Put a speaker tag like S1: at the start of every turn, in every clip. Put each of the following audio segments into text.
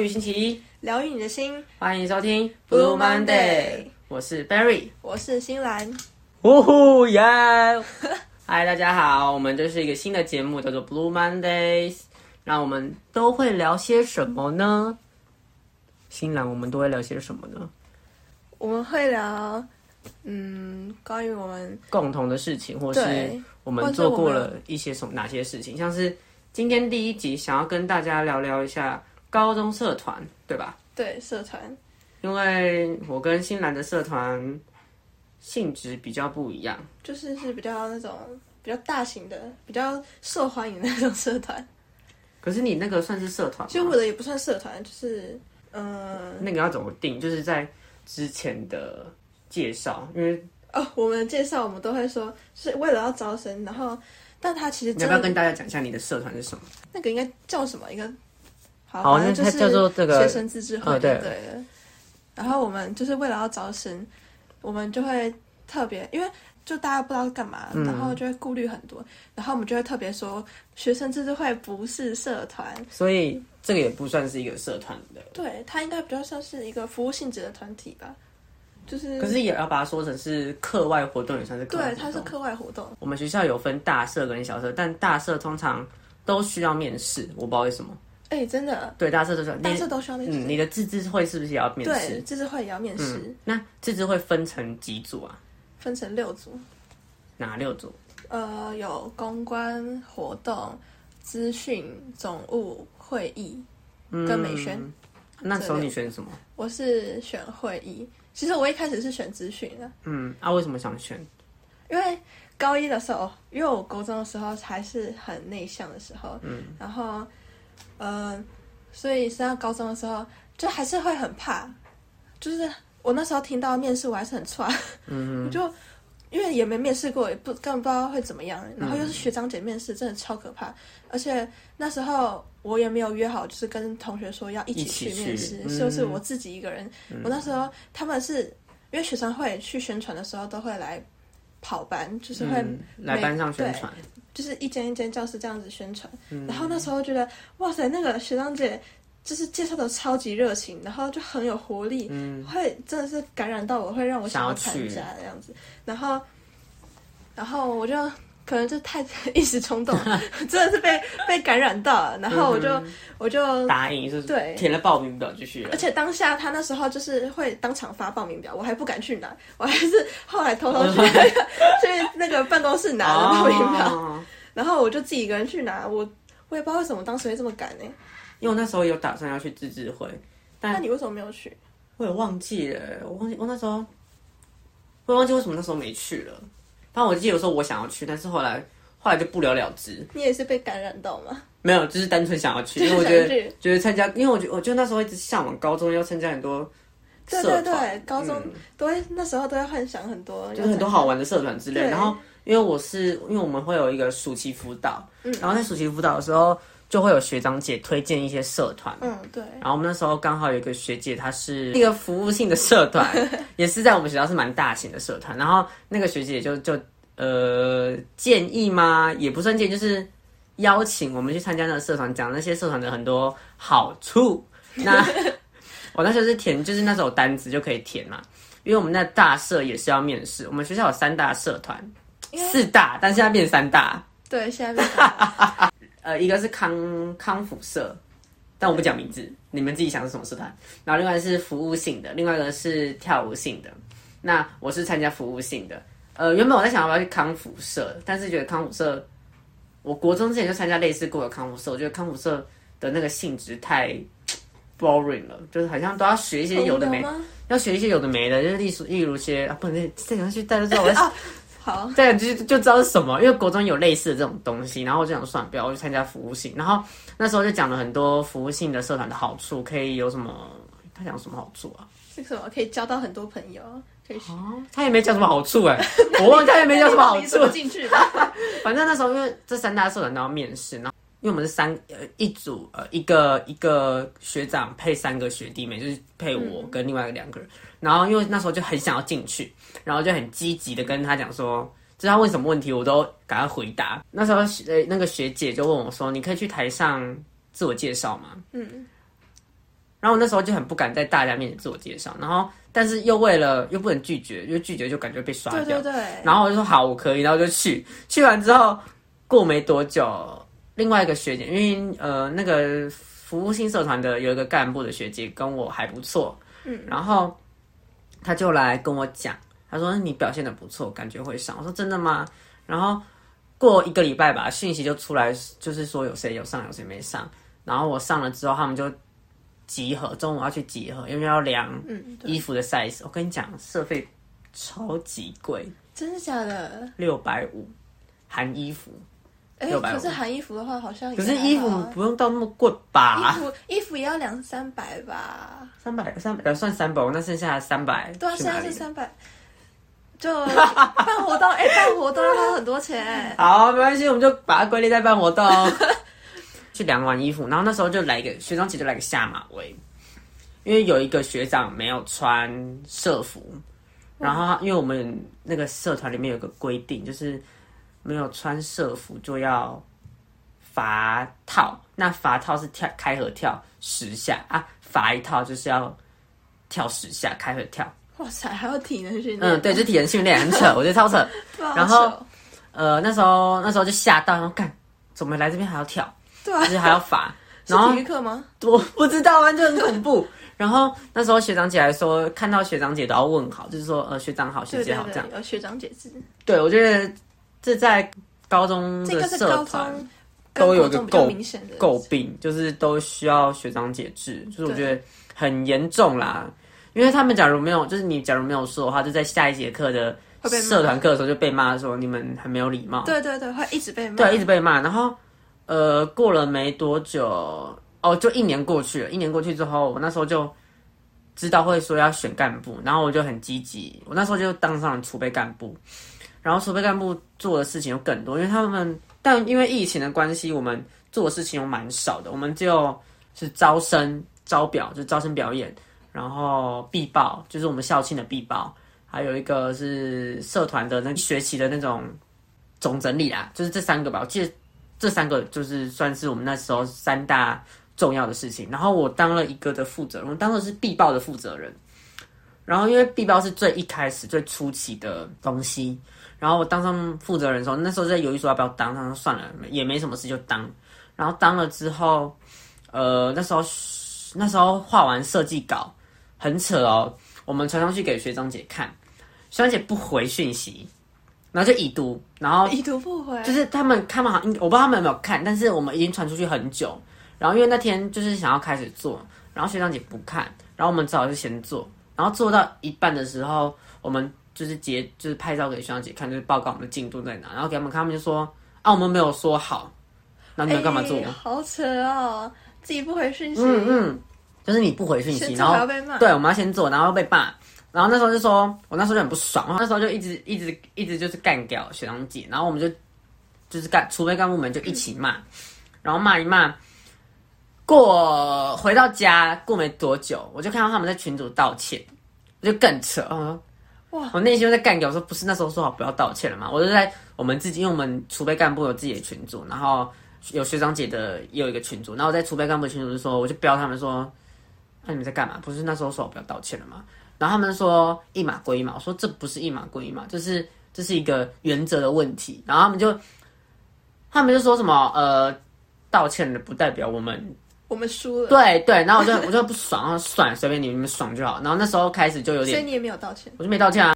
S1: 于星期一，
S2: 疗愈你的心
S1: 欢迎收听
S2: Blue Monday
S1: 我是 Barry。
S2: 我是新兰，
S1: 呜呼耶！ 嗨，大家好，我们这是一个新的节目，叫做 Blue Mondays。那我们都会聊些什么呢？新兰，我们都会聊些什么呢？
S2: 我们会聊，嗯，关于我们
S1: 共同的事情，或是
S2: 对
S1: 我们做过了一些什么哪些事情，像是今天第一集想要跟大家聊聊一下高中社团，对吧？
S2: 对社团，
S1: 因为我跟新兰的社团性质比较不一样，
S2: 就是是比较那种比较大型的、比较受欢迎的那种 社团。
S1: 可是你那个算是社团
S2: 其实
S1: 吗？
S2: 我的也不算社团，就是嗯、
S1: 那个要怎么定？就是在之前的介绍，因为
S2: 哦，我们介绍我们都会说是为了要招生，然后但他其实
S1: 你要
S2: 真
S1: 不要
S2: 的
S1: 跟大家讲一下你的社团是什么？
S2: 那个应该叫什么一个？好，
S1: 好
S2: 反正
S1: 那
S2: 就
S1: 它
S2: 是
S1: 叫做这个
S2: 学生自治
S1: 嗯
S2: 会，
S1: 对
S2: 对了然后我们就是为了要招生，我们就会特别，因为就大家不知道干嘛，
S1: 嗯
S2: 然后就会顾虑很多，然后我们就会特别说，学生自治会不是社团，
S1: 所以这个也不算是一个社团的，
S2: 对，它应该比较像是一个服务性质的团体吧，就是
S1: 可是也要把它说成是课外活动，也算是课外活
S2: 对，
S1: 动
S2: 它是课外活动，
S1: 我们学校有分大社跟小社，但大社通常都需要面试，我不知道为什么。
S2: 哎，真的，
S1: 对，大社都需要，
S2: 大
S1: 你
S2: 家都需要面
S1: 嗯，你
S2: 试，
S1: 的自治会是不是也要面
S2: 对，
S1: 试？
S2: 自治会也要面试，
S1: 嗯，那自治会分成几组啊？
S2: 分成六组，
S1: 哪六组？
S2: 呃，有公关活动、资讯、总务、会议跟美宣。
S1: 那时候
S2: 这
S1: 你
S2: 六
S1: 选什么？
S2: 我是选会议，其实我一开始是选资讯的，
S1: 嗯，啊，为什么想选？
S2: 因为高一的时候，因为我高中的时候还是很内向的时候，嗯，然后，呃，所以升到高中的时候，就还是会很怕，就是我那时候听到面试，我还是很差，嗯，我 就。因为也没面试过，也不根本不知道会怎么样。然后又是学长姐面试，真的超可怕。而且那时候我也没有约好，就是跟同学说要一
S1: 一
S2: 起
S1: 起
S2: 去
S1: 去
S2: 面试，
S1: 嗯
S2: 就是我自己一个人。我那时候他们是因为学生会去宣传的时候都会来跑班，就是会、
S1: 嗯、来班上宣传，
S2: 就是一间一间教室这样子宣传。
S1: 嗯
S2: 然后那时候觉得，哇塞，那个学长姐就是介绍的超级热情，然后就很有活力，
S1: 嗯
S2: 会真的是感染到我，会让我想要参
S1: 想
S2: 加这样子。然后，然后我就。可能就太 一时冲动，真的是被被感染到了，然后我就、
S1: 嗯
S2: 我就
S1: 答应就是
S2: 对
S1: 填了报名表就去了
S2: 而。且当下他那时候就是会当场发报名表，我还不敢去拿，我还是后来偷偷
S1: 嗯
S2: 去 去那个办公室拿了报名表，
S1: 哦
S2: 然后我就自己一个人去拿，我我也不知道为什么当时会这么赶呢、
S1: 因为我那时候有打算要去自治会，
S2: 那你为什么没有去？
S1: 我也忘记了，我忘记我那时候，我也忘记为什么那时候没去了。反正我记得有时候我想要去，但是后来后来就不了了之，
S2: 你也是被感染到吗？
S1: 没有，就是单纯想要去，因为我
S2: 是
S1: 觉
S2: 想
S1: 得
S2: 去。
S1: 觉得参加，因为我觉得我就那时候一直向往高中要参加很多
S2: 对
S1: 社
S2: 对
S1: 团，
S2: 对，高中
S1: 嗯
S2: 都会、那时候都会幻想很多，
S1: 就是很多好玩的社团之类。
S2: 对
S1: 然后因为我是因为我们会有一个暑期辅导，然后在暑期辅导的时候就会有学长姐推荐一些社团。
S2: 嗯对，
S1: 然后我们那时候刚好有一个学姐，她是一个服务性的社团， 也是在我们学校是蛮大型的社团。然后那个学姐就就呃建议吗？也不算建议，就是邀请我们去参加那个社团，讲那些社团的很多好 处。那我那时候是填，就是那时候有单子就可以填嘛，因为我们那大社也是要面试，我们学校有三大社团，四大，但现在变三大，
S2: 对，现在被感染
S1: 呃，一个是康康复社，但我不讲名字，你们自己想是什么社团。然后另外是服务性的，另外一个是跳舞性的。那我是参加服务性的。呃，原本我在想要不要去康复社，但是觉得康复社，我国中之前就参加类似过的康复社，我觉得康复社的那个性质太 boring 了，就是好像都要 学一些有的没，
S2: 好无聊吗
S1: 要学一些有的没的，就是例如例如一些啊，不能再讲下去，大家都知道我在
S2: 啊，好，
S1: 对，就就知道是什么，因为国中有类似的这种东西，然后我就想算了不要，我去参加服务性。然后那时候就讲了很多服务性的社团的好处，可以有什么？他讲什么好处啊？
S2: 是什么可以交到很多朋友，可以学。
S1: 哦，他也没讲什么好处哎、我忘记他也没讲什么好
S2: 你
S1: 处
S2: 怎。么进去的？
S1: 反正那时候因为这三大社团都要面试，然后因为我们是三呃一组呃一个一个学长配三个学弟妹，就是配我跟另外两个人。然后因为那时候就很想要进去，然后就很积极的跟他讲说。就是他问什么问题，我都赶快回答。那时候学呃那个学姐就问我说：“你可以去台上自我介绍吗？”
S2: 嗯，
S1: 然后我那时候就很不敢在大家面前自我介绍，然后但是又为了又不能拒绝，因为拒绝就感觉被 刷
S2: 对
S1: 掉。
S2: 对对，
S1: 然后我就说好，我可以，然后就去。去完之后，过没多久，另外一个学姐，因为呃那个服务性社团的有一个干部的学姐跟我还不错，嗯，然后她就来跟我讲，她说你表现的不错，感觉会上。我说真的吗？然后过一个礼拜吧，讯息就出来，就是说有谁有上，有谁没上。然后我上了之后，他们就集合，中午要去集合，因为要量
S2: 嗯，对
S1: 衣服的 size。我跟你讲，社费超级贵。
S2: 真的假的？
S1: 六百五含衣服，
S2: 哎，
S1: 650
S2: 可是含衣服的话，好像也
S1: 可是衣服
S2: 还好啊
S1: 不用啊到那么贵吧？
S2: 衣服衣服也要两三百吧？
S1: 三百三百算三百，那剩下的三百
S2: 对啊，
S1: 去
S2: 现
S1: 哪
S2: 在
S1: 里
S2: 是？三百，就 办活动，哎、办活动要花很多 钱，
S1: 好，没关系，我们就把它归类在办活动。 去量完衣服，然后那时候就来一个学长姐就来个下马威，因为有一个学长没有穿社服，然后因为我们那个社团里面有个规定，就是没有穿社服就要罚套，那罚套是跳开合跳十下啊，罚一套就是要跳十下开合跳，
S2: 哇塞，还要体能训练，
S1: 嗯，对，就体能训练很扯，我觉得超扯。
S2: 对啊，
S1: 然后
S2: 好久
S1: 呃，那时候那时候就吓到，然后干怎么来这边还要跳，
S2: 对
S1: 就是
S2: 啊，
S1: 还要 罚，
S2: 是
S1: 然后
S2: 体育课吗？
S1: 我不知道啊，就很恐怖。然后那时候学长姐还说，看到学长姐都要问好，就是说呃学长好，学
S2: 对
S1: 姐
S2: 对
S1: 好这样。
S2: 对，有学长姐制，
S1: 对，我觉得这在高中
S2: 这
S1: 的
S2: 个是
S1: 社
S2: 高
S1: 团
S2: 中
S1: 都有一
S2: 一
S1: 个
S2: 比较
S1: 诟
S2: 明显的
S1: 诟病，就是都需要学长姐制，就是我
S2: 对
S1: 觉得很严重啦。因为他们假如没有，就是你假如没有说的话，就在下一节课的
S2: 会被骂
S1: 社团课的时候就被骂说你们很没有礼貌。
S2: 对对对，会一直被骂，
S1: 对，一直被骂。然后呃，过了没多久，哦，就一年过去了。一年过去之后，我那时候就知道会说要选干部，然后我就很积极。我那时候就当上了储备干部，然后储备干部做的事情又更多，因为他们但因为疫情的关系，我们做的事情又蛮少的，我们就是招生、招表，就是招生表演，然后必报，就是我们校庆的必报。还有一个是社团的那学期的那种总整理啦，就是这三个吧。我记得这三个就是算是我们那时候三大重要的事情。然后我当了一个的负责人，我当的是必报的负责人。然后因为必报是最一开始最初期的东西，然后我当上负责人的时候，那时候在犹豫说要不要哎当，他说算了，没也没什么事就当。然后当了之后，呃，那时候那时候画完设计稿很扯哦，我们传上去给学长姐看，学长姐不回讯息，然后就已读，然后
S2: 已读不回，
S1: 就是他们他们好像我不知道他们有没有看，但是我们已经传出去很久。然后因为那天就是想要开始做，然后学长姐不看，然后我们只好就先做。然后做到一半的时候，我们就是截就是拍照给学长姐看，就是报告我们的进度在哪，然后给他们看，他们就说啊我们没有说好，那你们干嘛做？
S2: 哎好扯哦，自己不回讯息，
S1: 嗯嗯，就是你不回讯息，
S2: 先啊
S1: 然
S2: 做
S1: 后
S2: 还要被骂，
S1: 对，我们要先做，然后被骂。然后那时候就说，我那时候就很不爽，然后那时候就一直一直一直就是干掉学长姐，然后我们就就是干，储备干部们就一起骂，然后骂一骂。过回到家过没多久，我就看到他们在群组道歉，我就更扯，我说
S2: 哇，
S1: 我内心又在干掉，我说不是那时候说好不要道歉了嘛，我就在我们自己，因为我们储备干部有自己的群组，然后有学长姐的也有一个群组，然后我在储备干部群组就说，我就标他们说，那、你们在干嘛？不是那时候说好不要道歉了嘛？然后他们说一码归一码，我说这不是一码归一码，这是这是一个原则的问题。然后他们就他们就说什么呃，道歉的不代表我们
S2: 我们输了，
S1: 对啊对，然后我就我就不爽，然后算了，随便你们你们爽就好。然后那时候开始就有点
S2: 所以你也没有道歉，
S1: 我就没道歉啊。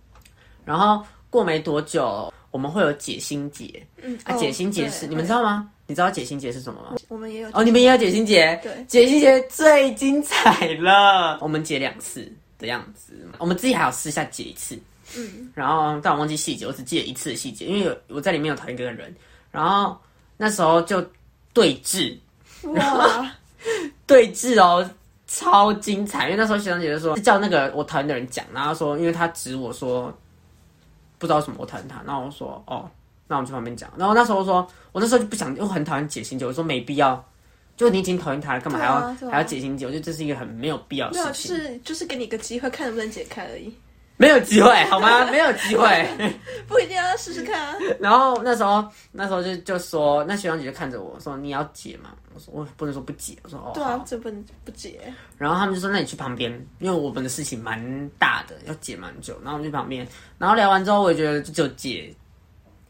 S1: 然后过没多久，我们会有解心节
S2: 嗯，
S1: 啊，
S2: 哦
S1: 解心节
S2: 对
S1: 是你们知道吗？你知道解心节是什么吗？
S2: 我们也有
S1: 哦，你们也有解心节？
S2: 对，
S1: 解心节最精彩了，我们解两次的样子，我们自己还有私下解一次，
S2: 嗯，
S1: 然后但我忘记细节，我只记得一次的细节，因为有我在里面有讨厌一个人，然后那时候就对峙，
S2: 哇。
S1: 对峙哦，超精彩。因为那时候学长姐就说叫那个我讨厌的人讲，然后她说因为他指我说不知道为什么我讨厌他，然后我说哦，那我们去旁边讲。然后那时候说我那时候就不想，我很讨厌解心结，我说没必要，就你已经讨厌他了，干嘛还要、
S2: 对啊对啊
S1: 还要解心结？我觉得这是一个很没有必要的
S2: 没
S1: 事
S2: 有，就
S1: 情。
S2: 是就是给你一个机会，看能不能解开而已。
S1: 没有机会好吗？没有机会。
S2: 不一定要试试看啊。
S1: 然后那时候那时候就就说，那学长姐就看着我说：“你要解吗？”我说：“我不能说不解。”我说：“哦。
S2: 对啊，这不能不解。
S1: 然后他们就说：“那你去旁边，因为我们的事情蛮大的，要解蛮久。”然后我们去旁边，然后聊完之后，我也觉得就只有解，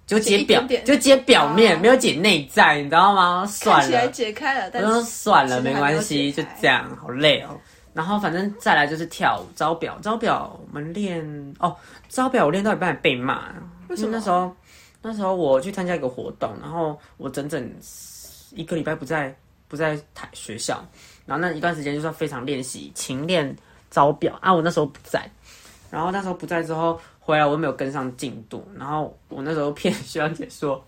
S1: 就
S2: 解
S1: 解
S2: 一
S1: 表，
S2: 点点
S1: 就解表面，
S2: 哦
S1: 没有解内在，你知道吗？
S2: 看
S1: 算
S2: 起来
S1: 了，
S2: 解开了，
S1: 我
S2: 但
S1: 就说
S2: 是
S1: 算了，
S2: 其实
S1: 没
S2: 还没有
S1: 关系，
S2: 解
S1: 就
S2: 开
S1: 这样，好累哦。然后反正再来就是跳舞，招表，招表我们练哦，招表我练到一半被骂，
S2: 为什
S1: 因
S2: 么
S1: 那时候那时候我去参加一个活动，然后我整整一个礼拜不在不在台学校，然后那一段时间就是要非常练习勤练招表啊，我那时候不在，然后那时候不在之后回来我又没有跟上进度，然后我那时候 骗学长姐说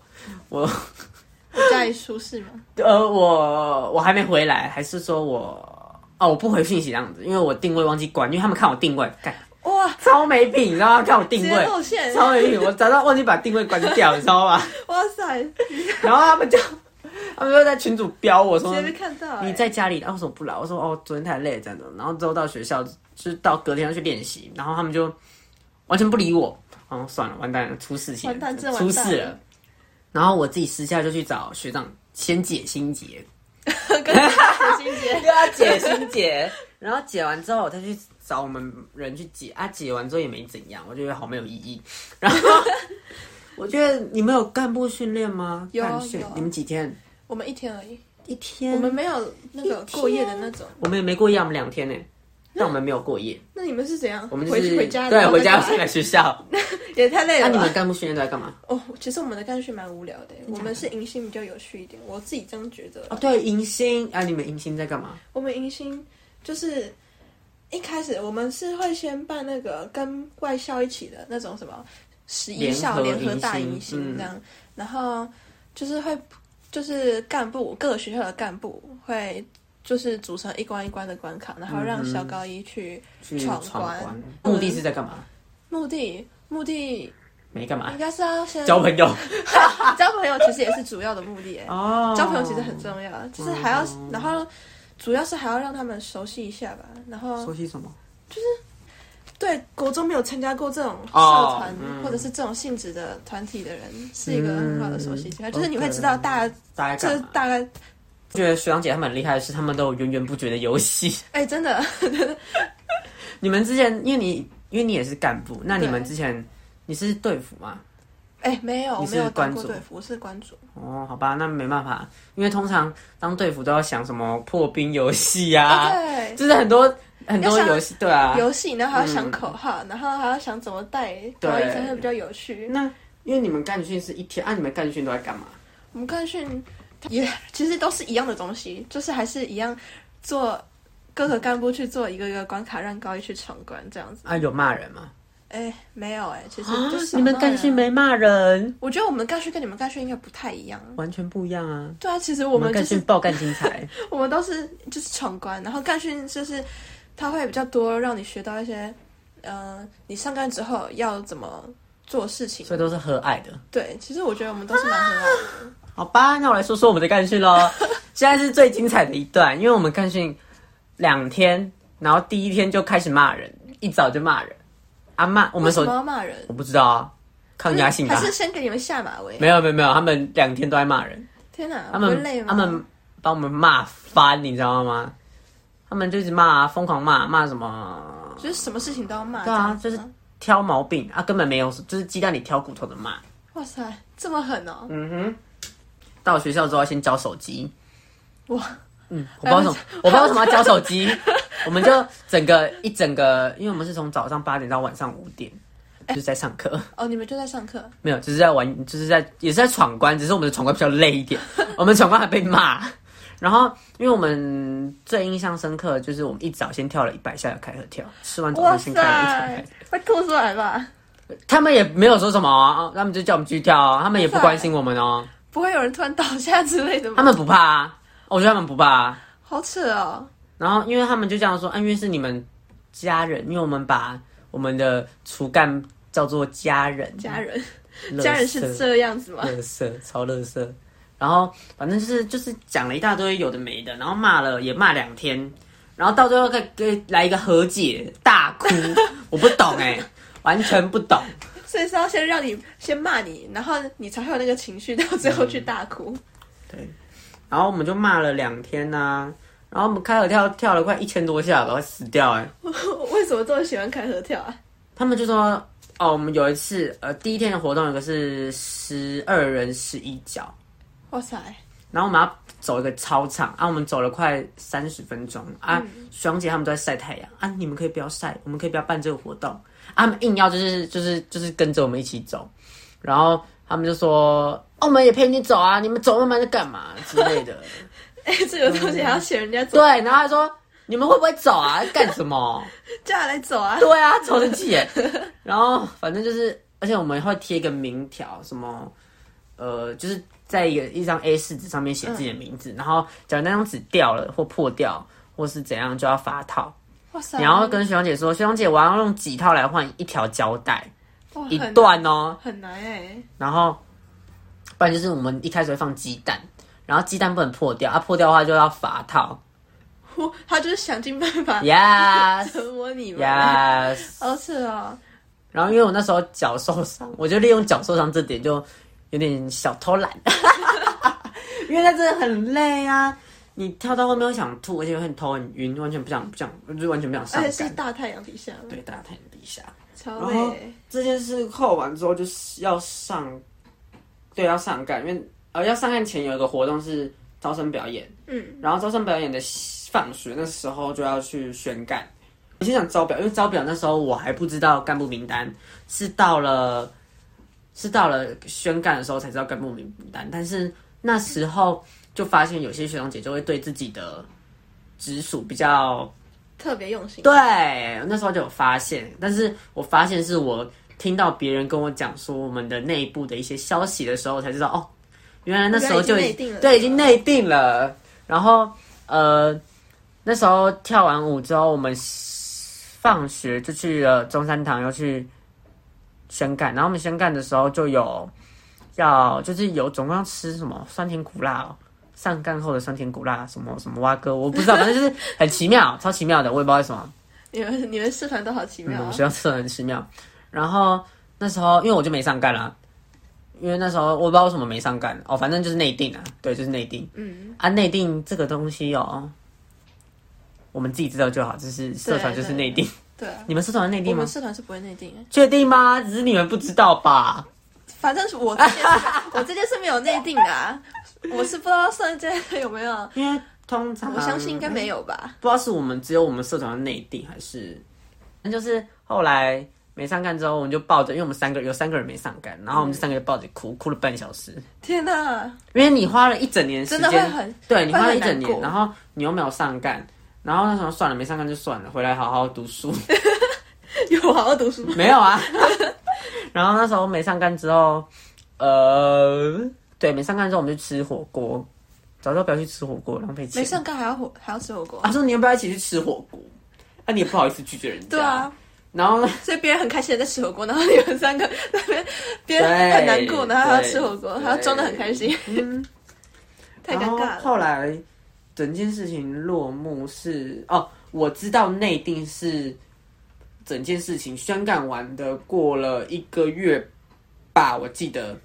S2: 我家里舒适 吗？
S1: 呃，我我还没回来，还是说我哦，我不回讯息这样子，因为我定位忘记关，因为他们看我定位，干
S2: 哇，
S1: 超没品，你知道吗？看我
S2: 直
S1: 定
S2: 接
S1: 位，
S2: 露馅！
S1: 超没品，我早到忘记把定位关掉，你知道吗？
S2: 哇塞，直
S1: 然后他们就他们就在群主标我说
S2: 接被看到、欸。
S1: 嗯你在家里，然、啊、后说不来，我说哦，昨天太累这样子，然后之后到学校，就是到隔天要去练习，然后他们就完全不理我，然后算了，完蛋了，出事情了，
S2: 完蛋这完
S1: 出
S2: 蛋
S1: 事了，然后我自己私下就去找学长先解心结，
S2: 跟小心 姐，
S1: 对啊，解心结， 然后解完之后，我再去找我们人去解啊，解完之后也没怎样，我觉得好没有意义。然 后我觉得你们有干部训练吗？
S2: 有啊
S1: 干训
S2: 有啊
S1: 你们几天？
S2: 我们一天而已，
S1: 一天？
S2: 我们没有那个过夜的那种。
S1: 我们也没过夜，我们两天呢、但我们没有过夜，
S2: 那你们是怎样？
S1: 我们就
S2: 回
S1: 是
S2: 去回家，
S1: 对
S2: 然后
S1: 回
S2: 再
S1: 家
S2: 打
S1: 再来学 校。
S2: 也太累
S1: 那、
S2: 了
S1: 你
S2: 吧。
S1: 们干部训练都在干嘛？
S2: 哦，其实我们的干训蛮无聊的，我们是迎新比较有趣一点，我自己这样觉得啦。
S1: 哦，对，迎新啊，你们迎新在干嘛？
S2: 我们迎新就是一开始我们是会先办那个跟外校一起的那种什么十一校
S1: 联
S2: 联
S1: 合
S2: 合大
S1: 迎
S2: 迎
S1: 新嗯
S2: 新这样，然后就是会就是干部各个学校的干部会就是组成一关一关的关卡，然后让小高一去
S1: 嗯去
S2: 闯
S1: 闯
S2: 关
S1: 关，
S2: 嗯
S1: 目的是在干嘛？
S2: 目的。目的
S1: 没干嘛
S2: 应，该是要先
S1: 交朋友
S2: 交朋友，其实也是主要的目的。哎
S1: 哦嗯
S2: 交朋友其实很重要，就是还要，然后主要是还要让他们熟悉一下吧。然后
S1: 熟悉什么？
S2: 对国中没有参加过这种社
S1: 哦
S2: 团、
S1: 嗯
S2: 或者是这种性质的团体的人，是一个很好的熟悉机会，
S1: 嗯
S2: 就是你会知道大家
S1: 大家
S2: 就
S1: 干
S2: 是
S1: 嘛？
S2: 大概
S1: 觉得学长姐他们很厉害的是，他们都有源源不绝的游戏。
S2: 哎、真的
S1: 你们之前，因为你因为你也是干部，那你
S2: 对
S1: 们之前你是队服嘛？
S2: 哎、没有
S1: 你
S2: 我
S1: 是
S2: 没有当过
S1: 关主
S2: 队服，我是关主，
S1: 哦，好吧，那没办法，因为通常当队服都要想什么破冰游戏啊，
S2: 哎对。
S1: 就是很多很多
S2: 要想
S1: 游戏，对啊。
S2: 游戏，然后还要想口号，然后还要想怎么带，
S1: 对
S2: 然后才会比较有趣。
S1: 那因为你们干训是一天，啊，你们干训都在干嘛？
S2: 我们干训也 其实都是一样的东西，就是还是一样做各个干部去做一个一个关卡，让高一去闯关这样子。
S1: 啊，有骂人吗？
S2: 哎、没有哎、其实
S1: 啊
S2: 就，少
S1: 你们
S2: 到
S1: 干
S2: 人
S1: 训没骂人，
S2: 我觉得我们的干训跟你们干训应该不太一样。
S1: 完全不一样啊。
S2: 对啊，其实
S1: 我
S2: 我
S1: 们
S2: 们就
S1: 干训
S2: 是
S1: 爆干精 彩，
S2: 我们都是就是闯关，然后干训就是它会比较多让你学到一些，呃，你上干之后要怎么做事情
S1: 所。以都是和蔼的。
S2: 对，其实我觉得我们都是蛮很好的。
S1: 好吧，那我来说说我们的干训 喽。现在是最精彩的一段，因为我们干训两天，然后第一天就开始骂人，一早就骂人。啊骂我
S2: 我
S1: 们
S2: 什
S1: 手
S2: 么要骂人？
S1: 我不知道啊，抗压性
S2: 还
S1: 吧
S2: 是？先给你们下马威？
S1: 没有没有没有，他们两天都在骂人，
S2: 天哪，
S1: 他
S2: 不会
S1: 们
S2: 累吗？
S1: 他们把我们骂翻，你知道吗？他们就一直骂，啊疯狂骂骂什么
S2: 就是什么事情都要骂。
S1: 对啊
S2: 这样子
S1: 就
S2: 吗
S1: 挑毛病啊，根本没有，就是鸡蛋里挑骨头的骂。
S2: 哇塞，这么狠哦！
S1: 嗯哼，到学校之后要先交手机。
S2: 哇，
S1: 嗯，我不知道为什么，我不知道为什么要交手机。我们就整个一整个，因为我们是从早上八点到晚上五点，
S2: 哎
S1: 就是在上课，
S2: 哦，你们就在上课，
S1: 没有，就是在玩，就是在也是在闯关，只是我们的闯关比较累一 点，我们闯关还被骂。然后，因为我们最印象深刻的就是我们一早先跳了一百下的开合跳，吃完早
S2: 哇
S1: 餐先开了一百下的开合
S2: 塞
S1: 跳。，
S2: 会吐出来吧？
S1: 他们也没有说什么哦，他们就叫我们继续跳哦，他们也不关心我们哦，
S2: 不会有人突然倒下之类的吗？
S1: 他们不怕啊，我觉得他们不怕啊。
S2: 好扯哦！
S1: 然后，因为他们就这样说，啊，因为是你们家人，因为我们把我们的厨干叫做家人，
S2: 家人，
S1: 垃圾
S2: 家人是这样子吗？
S1: 垃圾，超垃圾。然后反正就是就是讲了一大堆有的没的，然后骂了也骂两 天，然后到最后再给来一个和解大哭，我不懂哎、完全不懂。
S2: 所以是要先让你先骂你，然后你才会有那个情绪，到最后去大哭。
S1: 然后我们就骂了两天呐、然后我们开合跳跳了快一千多下吧，会死掉哎、
S2: 为什么这么喜欢开合跳啊？
S1: 他们就说哦，我们有一次呃第一天的活动有个是十二人十一脚，
S2: 哇塞，
S1: 然后我们要走一个操场啊，我们走了快三十分钟啊，爽姐他们都在晒太阳啊，你们可以不要晒，我们可以不要办这个活动，啊、他们硬要就是就是就是跟着我们一起走，然后他们就说、哦我们也陪你走啊，你们走那么慢在干嘛之类的，
S2: 哎、这个东西还要写人家走，
S1: 对，然后他说你们会不会走啊，干什么？
S2: 叫他来走啊。
S1: 对啊，超生气耶。 然后反正就是，而且我们会贴一个名条，什么呃，就是在一个一张 A 四纸上面写自己的名字，然后假如那张纸掉了或破掉或是怎样，就要发套。
S2: 哇塞，
S1: 你要跟学长姐说，学长姐，我要用几套来换一条胶带，
S2: 哇
S1: 一
S2: 很
S1: 段哦。
S2: 很难哎、
S1: 然后不然就是我们一开始会放鸡蛋，然后鸡蛋不能破掉，啊破掉的话就要罚套。
S2: 我他就是想尽办法
S1: Yes
S2: 折磨你们。
S1: yes。
S2: 哦，是哦，
S1: 然后因为我那时候脚受伤， 我就利用脚受伤这点就有点小偷懒， 因为那真的很累啊。你跳到后面会想吐，而且会很头很晕，完全不想不想，就完全不想上
S2: 而且是
S1: 杆。
S2: 大太阳底下，
S1: 对，大家太低下。
S2: 超
S1: 然
S2: 累
S1: 后
S2: 欸。
S1: 这件事扣完之后就是要上，对，要上杆，因为呃要上杆前有一个活动是招生表演，
S2: 嗯，
S1: 然后招生表演的放学那时候就要去宣干。我先讲招表，因为招表那时候我还不知道干部名单，是到了是到了宣干的时候才知道干部名单，但是那时候就发现有些学长姐就会对自己的直属比较
S2: 特别用心。
S1: 对，那时候就有发现，但是我发现是我听到别人跟我讲说我们的内部的一些消息的时候，才知道哦，原来那时候就
S2: 原来已经内定了
S1: 对，已经内定了。然后呃，那时候跳完舞之后，我们放学就去了中山堂，又去宣干。然后我们宣干的时候就有要就是有总共要吃什么酸甜苦辣哦。上干后的酸甜苦辣，什么什么蛙哥，我不知道，反正就是很奇妙，超奇妙的，我也不知道为什么。
S2: 你们你们社团都好奇
S1: 嗯，
S2: 妙、
S1: 我
S2: 啊
S1: 们学校吃的很奇妙。然后那时候因为我就没上干啦、因为那时候我不知道为什么没上干哦，反正就是内定啊，对，就是内定。嗯，啊，内定这个东西哦，我们自己知道就好，就是社团就是内定。
S2: 对啊，
S1: 你们社团有内
S2: 我
S1: 定吗
S2: 们？社团是不会内定的。
S1: 确定吗？只是你们不知道吧？
S2: 反正是我这件 事，我这件事没有内定啊，我是不知道上一届有没有，
S1: 因为通常
S2: 我相信应该没有吧。
S1: 不知道是我们只有我们社团的内定，还是那就是后来没上干之后，我们就抱着，因为我们三个有三个人没上干，然后我们就三个人抱着哭，哭了半小时。
S2: 天哪、
S1: 因为你花了一整年时
S2: 真的会
S1: 间，
S2: 很
S1: 对你花了一
S2: 会
S1: 整
S2: 很难
S1: 年，
S2: 过
S1: 然后你又没有上干，然后那时候算了，没上干就算了，回来好好读书。
S2: 有好好读书吗？
S1: 没有啊。 然后那时候没上干之后，呃，对，没上干之后我们就吃火锅，早知道不要去吃火锅，浪费钱。
S2: 没上课还要火还要吃火锅、
S1: 啊，说你要不要一起去吃火锅？啊，你也不好意思拒绝人家。
S2: 对啊，
S1: 然后呢？
S2: 所以别人很开心的在吃火锅，然后你们三个那边别人 很难过，
S1: 对
S2: 然后还要吃火锅，
S1: 对嗯
S2: 还要装的很开心，太尴尬
S1: 然后
S2: 了。
S1: 后来整件事情落幕是哦，我知道内定是整件事情宣干完的，过了一个月吧，我记得。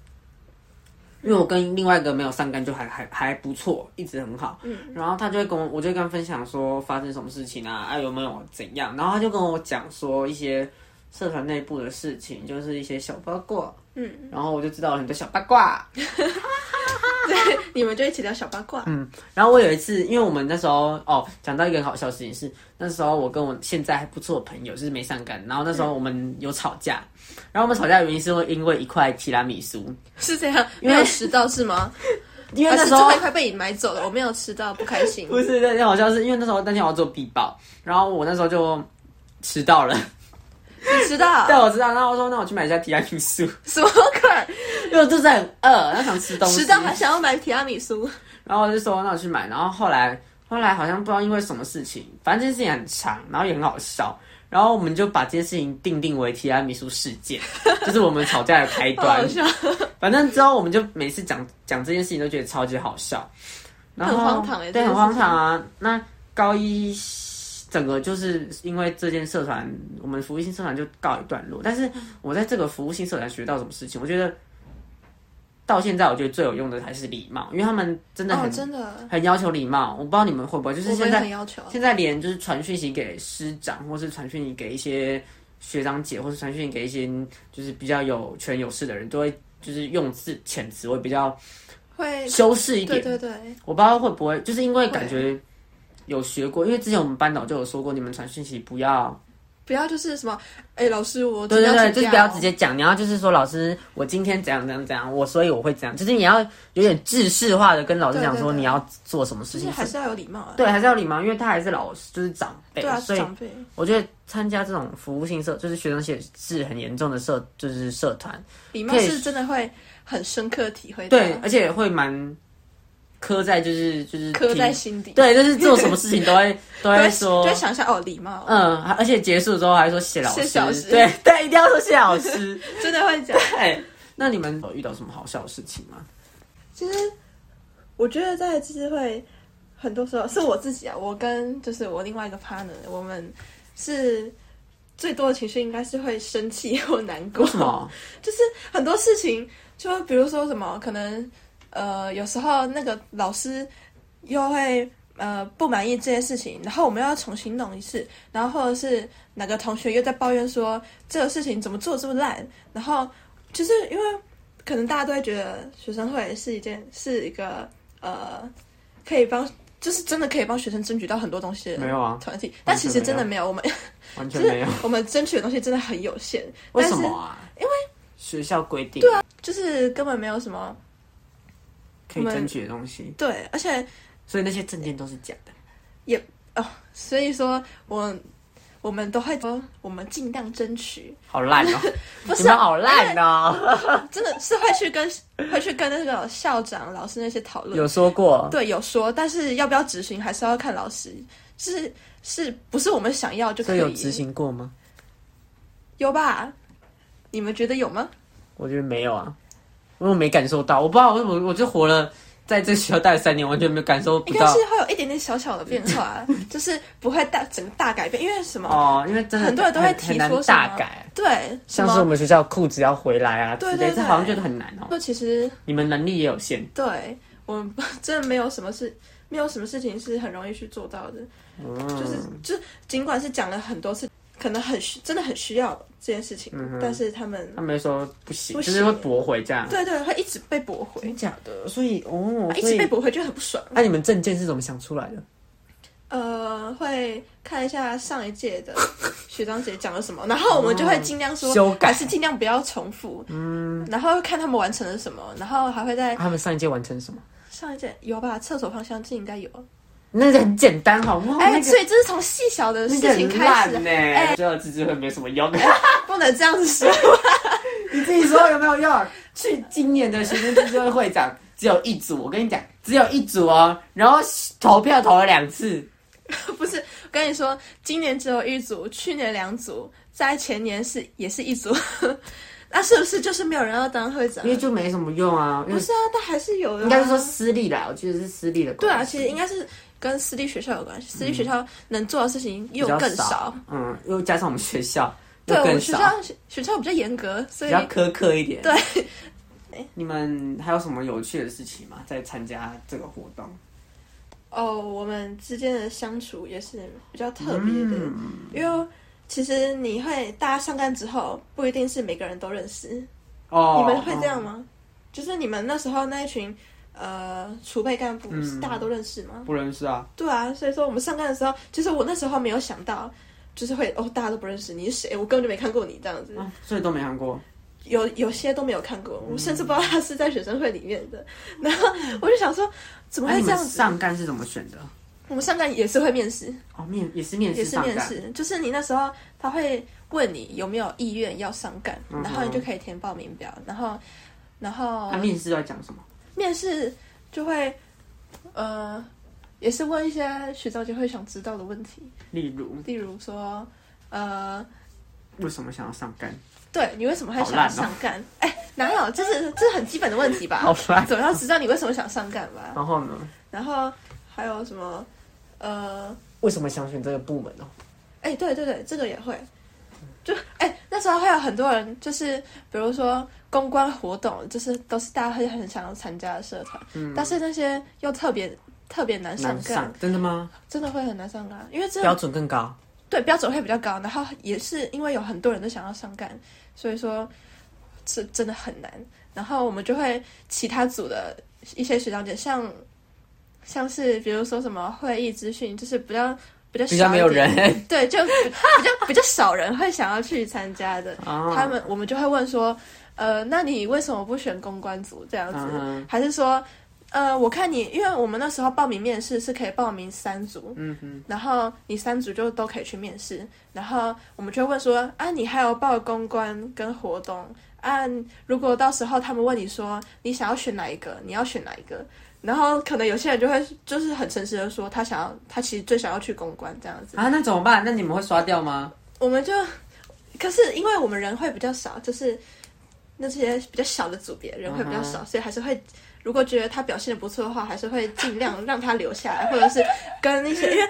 S1: 因为我跟另外一个没有上干，就还还还不错，一直很好。嗯，然后他就会跟我，我就跟他分享说发生什么事情啊，啊有没有怎样，然后他就跟我讲说一些社团内部的事情，就是一些小八卦。嗯，然后我就知道了很多小八卦。
S2: 对， 你们就一起聊小八卦，
S1: 然后我有一次，因为我们那时候哦，讲到一个很好笑的事情是，那时候我跟我现在还不错的朋友，就是没上干，然后那时候我们有吵架，然后我们吵架的原因是会因为一块提拉米苏，
S2: 是这样，没有吃到是吗？
S1: 因为
S2: 还
S1: 那
S2: 是
S1: 时
S2: 最
S1: 候
S2: 后一块被你买走了，我没有吃到，不开心。
S1: 不是那天好像是因为那时候那天我要做必报，然后我那时候就迟到了，
S2: 你知道
S1: 对，我知道，然后我说那我去买一下提拉米苏，
S2: 什么鬼？
S1: 因为我肚子很饿，然后想吃东西，
S2: 迟到还想要买提拉米苏，
S1: 然后我就说那我去买，然后后来后来好像不知道因为什么事情，反正这件事情很长，然后也很好笑，然后我们就把这件事情定定为提拉米苏事 件，就是我们吵架的开
S2: 好
S1: 端
S2: 好。笑，
S1: 反正之后我们就每次讲讲这件事情都觉得超级好笑，然后
S2: 很荒唐欸
S1: 对，
S2: 这件事情
S1: 很荒唐啊。那高一整个就是因为这件社团，我们服务性社团就告一段落。但是我在这个服务性社团学到什么事情，我觉得到现在我觉得最有用的还是礼貌，因为他们 真的
S2: 哦，
S1: 很、
S2: 真的，
S1: 很要求礼貌。我不知道你们会不会，就是
S2: 我
S1: 现
S2: 们
S1: 在
S2: 很要求，
S1: 现在连就是传讯息给师长，或是传讯息给一些学长姐，或是传讯息给一些就是比较有权有势的人，都会就是用字遣词会比较
S2: 会，
S1: 修饰一点。
S2: 对对对，
S1: 我不知道会不会，就是因为感觉有学过，因为之前我们班导就有说过，你们传讯息不要，
S2: 不要就是什么，哎，老师，我
S1: 对对
S2: 今天
S1: 对，就是
S2: 要请假
S1: 不要
S2: 哦
S1: 直接讲，你要就是说老师，我今天怎样怎样怎样，我所以我会怎样，就是你要有点制式化的跟老师讲
S2: 对
S1: 说
S2: 对对
S1: 你要做什么事
S2: 就是
S1: 情，
S2: 还是要有礼貌啊，
S1: 对，还是要礼貌，因为他还是老师，就是长辈，
S2: 对啊，
S1: 所以
S2: 长辈，
S1: 我觉得参加这种服务性社，就是学生写是很严重的社，就是社团，
S2: 礼貌
S1: 可以
S2: 是真的会很深刻体会到，
S1: 对，而且会蛮刻在就是就是
S2: 刻在
S1: 平
S2: 心底，
S1: 对，就是做什么事情都 会都
S2: 对，
S1: 会
S2: 就
S1: 说
S2: 会，想一下哦，礼貌，
S1: 嗯，而且结束之后还说谢老师，
S2: 谢谢老师
S1: 对对，一定要说谢老师。
S2: 真的会讲。
S1: 对，那你们有遇到什么好笑的事情吗？
S2: 其实我觉得在知识会，很多时候是我自己啊，我跟就是我另外一个 partner，我们是最多的情绪应该是会生气或难过
S1: 为。什么？
S2: 就是很多事情，就比如说什么，可能呃，有时候那个老师又会呃不满意这件事情，然后我们又要重新弄一次，然后或者是哪个同学又在抱怨说这个事情怎么做这么烂，然后就是因为可能大家都会觉得学生会是一件是一个呃可以帮，就是真的可以帮学生争取到很多东西
S1: 没
S2: 的
S1: 有啊，
S2: 团体，但其实真的没有，我们
S1: 完
S2: 就
S1: 全没
S2: 是
S1: 有。
S2: 我们争取的东西真的很有限，
S1: 为
S2: 但
S1: 什
S2: 是
S1: 么啊？因为学校规定，对啊，
S2: 就是根本没有什么。
S1: 可以争取的东西，
S2: 对，而且哦
S1: 所以那些证件都是假的。
S2: 所以说我我们都会说我们尽量争取，
S1: 好烂哦、
S2: 不
S1: 你
S2: 是啊
S1: 们好烂哦、
S2: 真的是会去跟会去跟那个校长、老师那些讨论。
S1: 有说过，
S2: 对，有说，但是要不要执行还是要看老师，是是不是我们想要就
S1: 所
S2: 可
S1: 以
S2: 以
S1: 有执行过吗？
S2: 有吧？你们觉得有吗？
S1: 我觉得没有啊，因为我没感受到，我不知道，我我我就活了在这学校待了三年，完全没有感受不
S2: 应该
S1: 到
S2: 是会有一点点小小的变化，啊 就是不会大整个大改变，因为什么？
S1: 哦，因为真的
S2: 很多人都会提
S1: 很很
S2: 说
S1: 难
S2: 什么
S1: 大改，
S2: 对，什
S1: 像是我
S2: 么？
S1: 们学校裤子要回来啊之
S2: 对
S1: 类，
S2: 对
S1: 这
S2: 对
S1: 好像觉得很难哦、
S2: 那其实
S1: 你们能力也有限，
S2: 对我们 真的没有什么事，没有什么事情是很容易去做到的。就是
S1: 嗯
S2: 就是，尽管是讲了很多次，可能很需真的很需要这件事情，
S1: 嗯
S2: 但是他们
S1: 他们就说不行，
S2: 不
S1: 就
S2: 行
S1: 是会驳回这样。
S2: 对对会一直被驳回，
S1: 真假的？所以哦，
S2: 一
S1: 所
S2: 直
S1: 以啊
S2: 被驳回就很不爽。
S1: 那、你们证件是怎么想出来的？
S2: 呃，会看一下上一届 的学长姐讲了什么，然后我们就会尽量说，
S1: 哦修改
S2: 还是尽量不要重复。嗯，然后看他们完成了什么，然后还会在
S1: 啊他们上一届完成什么？
S2: 上一届有吧，厕所芳香剂应该有。
S1: 那个很简单，好不好？
S2: 哎、
S1: 哦那个
S2: 所以这是从细小的事
S1: 那个
S2: 情
S1: 很
S2: 开
S1: 烂
S2: 始，
S1: 呢、最后自治会没什么用。
S2: 不能这样子说。
S1: 哎 你自己说有没有用？ 去今年的学生自治会会长只有一组，我跟你讲，只有一组哦。然后投票投了两次，
S2: 不是，我跟你说，今年只有一组，去年两组，在前年是也是一组， 那是不是就是没有人要当会长
S1: 因？为就没什么用啊。因
S2: 不
S1: 为
S2: 是啊，但还是有人、
S1: 应该是说私立啦，我记得是私立的。
S2: 对啊，其实应该是跟私立学校有关系，私立学校能做的事情
S1: 嗯比
S2: 又
S1: 较
S2: 更
S1: 少。嗯，又加上我们学校又
S2: 对，我
S1: 更
S2: 们学
S1: 少，
S2: 校学校比较严格，所
S1: 比
S2: 以
S1: 较苛刻一点。
S2: 对。
S1: 你们还有什么有趣的事情吗？在参加这个活动？
S2: 哦，我们之间的相处也是比较特别的，
S1: 嗯
S2: 因为其实你会大家上干之后，不一定是每个人都认识，
S1: 哦，
S2: 你们会这样
S1: 吗？
S2: 吗？就是你们那时候那一群呃储备干部，
S1: 嗯
S2: 是大家都认识吗？
S1: 不认识啊，
S2: 对啊，所以说我们上干的时候，其实我那时候没有想到，就是会哦，大家都不认识你是谁，我根本就没看过你这样子。
S1: 啊所以都没看过。
S2: 有有些都没有看过，
S1: 嗯
S2: 我甚至不知道他是在学生会里面的。然后我就想说，怎么
S1: 那
S2: 会
S1: 你
S2: 这
S1: 们
S2: 样子？
S1: 上干啊是怎么选的？
S2: 我们上干也是会面试，
S1: 哦，面也是面
S2: 也
S1: 试
S2: 是
S1: 上
S2: 面
S1: 干。
S2: 试，就是你那时候他会问你有没有意愿要上干，
S1: 嗯
S2: 然后你就可以填报名表，然后然后
S1: 那面试要讲什么？
S2: 面试就会，呃，也是问一些学长姐会想知道的问题，
S1: 例如
S2: 例如说，呃，
S1: 为什么想要上 干？
S2: 对你为什么会
S1: 好
S2: 想
S1: 烂哦
S2: 要上干？哎、哪有？这是这是很基本的问题吧？
S1: 烂。
S2: 总要知道你为什么想上干吧？
S1: 然后呢？
S2: 然后还有什么？呃，
S1: 为什么想选这个部门哦？
S2: 哎、对对对，这个也会。就哎、那时候会有很多人，就是比如说公关活动，就是都是大家会很想要参加的社团，但是那些又特别特别难上
S1: 难
S2: 杠，
S1: 上，真的吗？
S2: 真的会很难上杠，因为这
S1: 标准更高，
S2: 对标准会比较高，然后也是因为有很多人都想要上干，所以说是真的很难。然后我们就会其他组的一些学长姐，像像是比如说什么会议资讯，就是比较比较
S1: 比较
S2: 少一
S1: 没有
S2: 点，
S1: 人
S2: 对，就比比较比较少人会想要去参加 的。
S1: 啊。
S2: 他们我们就会问说，呃，那你为什么不选公关组这样子？
S1: 嗯哼
S2: 还是说，呃，我看你，因为我们那时候报名面试是可以报名三组，
S1: 嗯哼，
S2: 然后你三组就都可以去面试，然后我们就会问说啊，你还有报公关跟活动啊？如果到时候他们问你说啊你想要选哪一个，你要选哪一个？然后可能有些人就会就是很诚实的说，他想要他其实最想要去公关这样子。
S1: 啊，那怎么办？那你们会刷掉吗？
S2: 我们就，可是因为我们人会比较少，就是那些比较小的组别人会比较少
S1: 啊
S2: 所以还是会，如果觉得他表现的不错的话，还是会尽量让他留下来，或者是跟一些，因为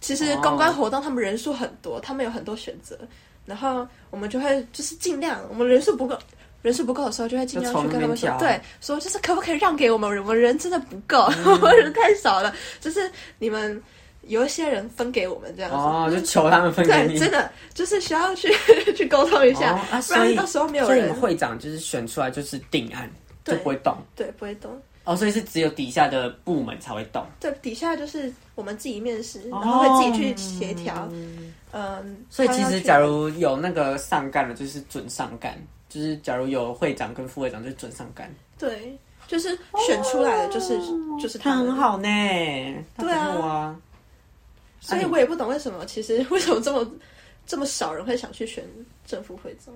S2: 其实公关活动他们人数很多，他们有很多选择，然后我们就会就是尽量，我们人数不够。人数不够的时候，就会尽量去跟他们
S1: 就从
S2: 说
S1: 那，边
S2: 对，说就是可不可以让给我们，我们人真的不够，
S1: 嗯
S2: 我们人太少了，就是你们有一些人分给我们这样子，
S1: 哦，就求他们分给
S2: 对，
S1: 你。
S2: 真的就是需要去 去沟通一下，
S1: 哦啊，
S2: 不
S1: 所
S2: 然
S1: 以
S2: 到时候没有
S1: 所以你
S2: 人
S1: 们会长就是选出来就是定案，就
S2: 对
S1: 不会动。
S2: 对不会懂。
S1: 哦，所以是只有底下的部门才会动。
S2: 对，底下就是我们自己面试，
S1: 哦
S2: 然后会自己去协调。嗯，
S1: 所以其
S2: 他要
S1: 实
S2: 去
S1: 假如有那个上干的，就是准上干，就是假如有会长跟副会长，就是准上干。
S2: 对，就是选出来的就是、就是
S1: 哦他
S2: 他们
S1: 很。好呢，他不
S2: 对啊
S1: 错啊。
S2: 所以我也不懂为什么，其实为 什么这么这么少人会想去选政府会长？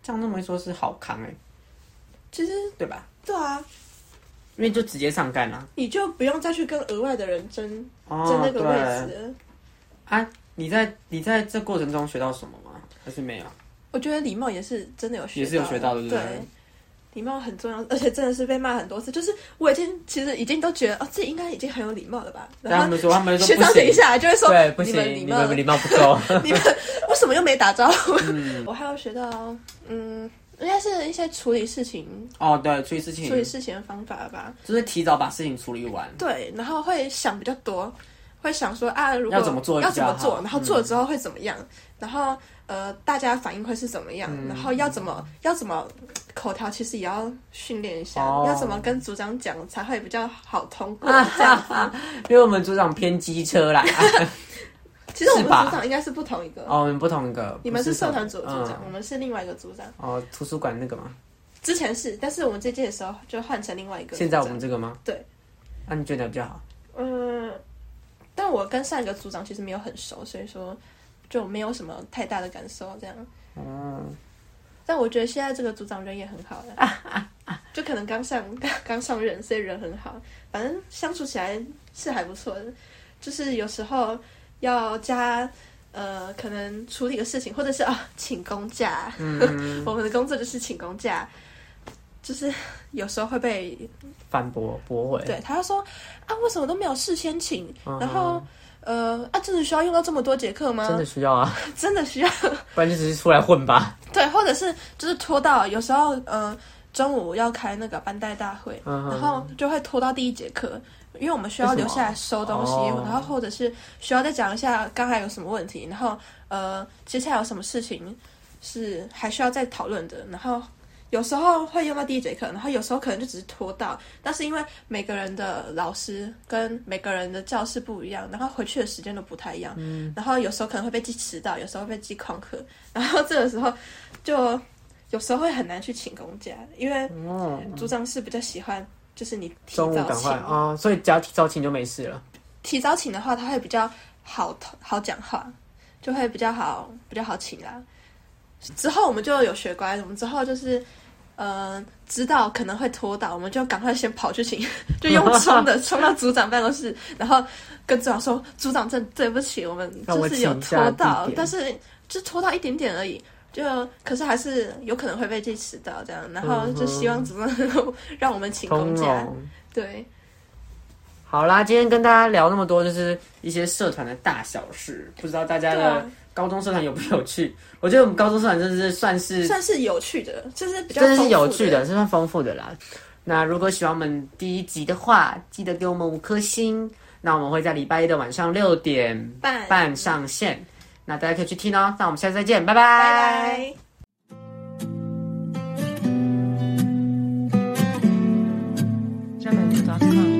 S1: 这样那么一说，是好康哎、
S2: 其实
S1: 对吧？
S2: 对啊，
S1: 因为就直接上干啦、啊
S2: 你就不用再去跟额外的人争、
S1: 哦，
S2: 争那个位
S1: 对
S2: 置了。
S1: 啊，你在你在这过程中学到什么吗？还是没有？
S2: 我觉得礼貌也是真的有学
S1: 也是有学到的对不对
S2: 对，礼貌很重要，而且真的是被骂很多次。就是我已经其实已经都觉得哦，自己应该已经很有礼貌了吧。
S1: 但他
S2: 然后
S1: 们说他们说
S2: 学
S1: 不
S2: 长
S1: 行
S2: 等一，下来就会说
S1: 对，不
S2: 你
S1: 行，
S2: 们礼
S1: 你
S2: 貌，
S1: 们礼貌不够。
S2: 你们为什么又没打招呼？我还有学到，嗯，应该是一些处理事情、
S1: 哦，对，处理事情
S2: 处理事情的方法吧。
S1: 就是提早把事情处理完。
S2: 对，然后会想比较多，会想说啊，如果
S1: 要怎么做
S2: 要怎么
S1: 比较
S2: 做，
S1: 好嗯
S2: 然后做了之后会怎么样，然后呃，大家反应会是怎么样，然后要怎
S1: 嗯
S2: 么要怎么口条，其实也要训练一下，
S1: 哦
S2: 要怎么跟组长讲才会比较好通过。这样子，
S1: 因为我们组长偏机车啦，
S2: 其实我们
S1: 是吧
S2: 组长应该是不同一个，
S1: 哦，我们不同个，
S2: 你们是
S1: 不
S2: 社团组的组长，
S1: 嗯
S2: 我们是另外一个组长。
S1: 哦，图书馆那个吗？
S2: 之前是，但是我们这届的时候就换成另外一个组长。
S1: 现在我们这个吗？
S2: 对，
S1: 那、你觉得比较好？
S2: 嗯，但我跟上一个组长其实没有很熟，所以说就没有什么太大的感受这样。
S1: 嗯，
S2: 但我觉得现在这个组长人也很好了，就可能刚上 刚上任，所以人很好，反正相处起来是还不错的。就是有时候要加呃，可能处理个事情，或者是啊、请公假， 我们的工作就是请公假，就是有时候会被
S1: 反驳驳回，
S2: 对，他就说啊，为什么都没有事先请？
S1: 嗯
S2: 然后呃，啊，真的需要用到这么多节课吗？
S1: 真的需要啊，
S2: 真的需要？
S1: 不然就只是出来混吧。
S2: 对，或者是就是拖到有时候呃中午要开那个班代大会，
S1: 嗯哼
S2: 然后就会拖到第一节课，因为我们需要
S1: 为什么
S2: 留下来收东西，
S1: 哦
S2: 然后或者是需要再讲一下刚才有什么问题，然后呃接下来有什么事情是还需要再讨论的，然后。有时候会用到第一节课，然后有时候可能就只是拖到，但是因为每个人的老师跟每个人的教室不一样，然后回去的时间都不太一样，
S1: 嗯
S2: 然后有时候可能会被记迟到，有时候被记旷课，然后这个时候就有时候会很难去请公假，因为
S1: 哦，
S2: 组长是比较喜欢，就是你 提
S1: 中午
S2: 早
S1: 赶
S2: 请，
S1: 快哦，所以只要提早请就没事了。
S2: 提早请的话，他会比较好好讲话，就会比较好比较好请啦。之后我们就有学乖，我们之后就是。嗯，知道可能会拖到，我们就赶快先跑去请， 就用 冲的冲到组长办公室，然后跟组长说：“组长，真的对不起，我们
S1: 让
S2: 就
S1: 我
S2: 是有
S1: 请假
S2: 拖到
S1: 地，点
S2: 但是就拖到一点点而已，就可是还是有可能会被记迟到这样。然后就希望组长让我们请公
S1: 嗯通哦
S2: 假，
S1: 融，
S2: 对，
S1: 好啦，今天跟大家聊那么多，就是一些社团的大小事，不知道大家
S2: 对
S1: 的
S2: 啊
S1: 高中社团有不有趣？我觉得我们高中社团真的是算是
S2: 算是有趣的，就是比较
S1: 真的
S2: 丰
S1: 是
S2: 富
S1: 有趣的，是算丰富的啦。那如果喜欢我们第一集的话，记得给我们五颗星。那我们会在礼拜一的晚上六点
S2: 半，拜
S1: 半上线，那大家可以去听哦。那我们下次再见，拜
S2: 拜。
S3: jamendo.com.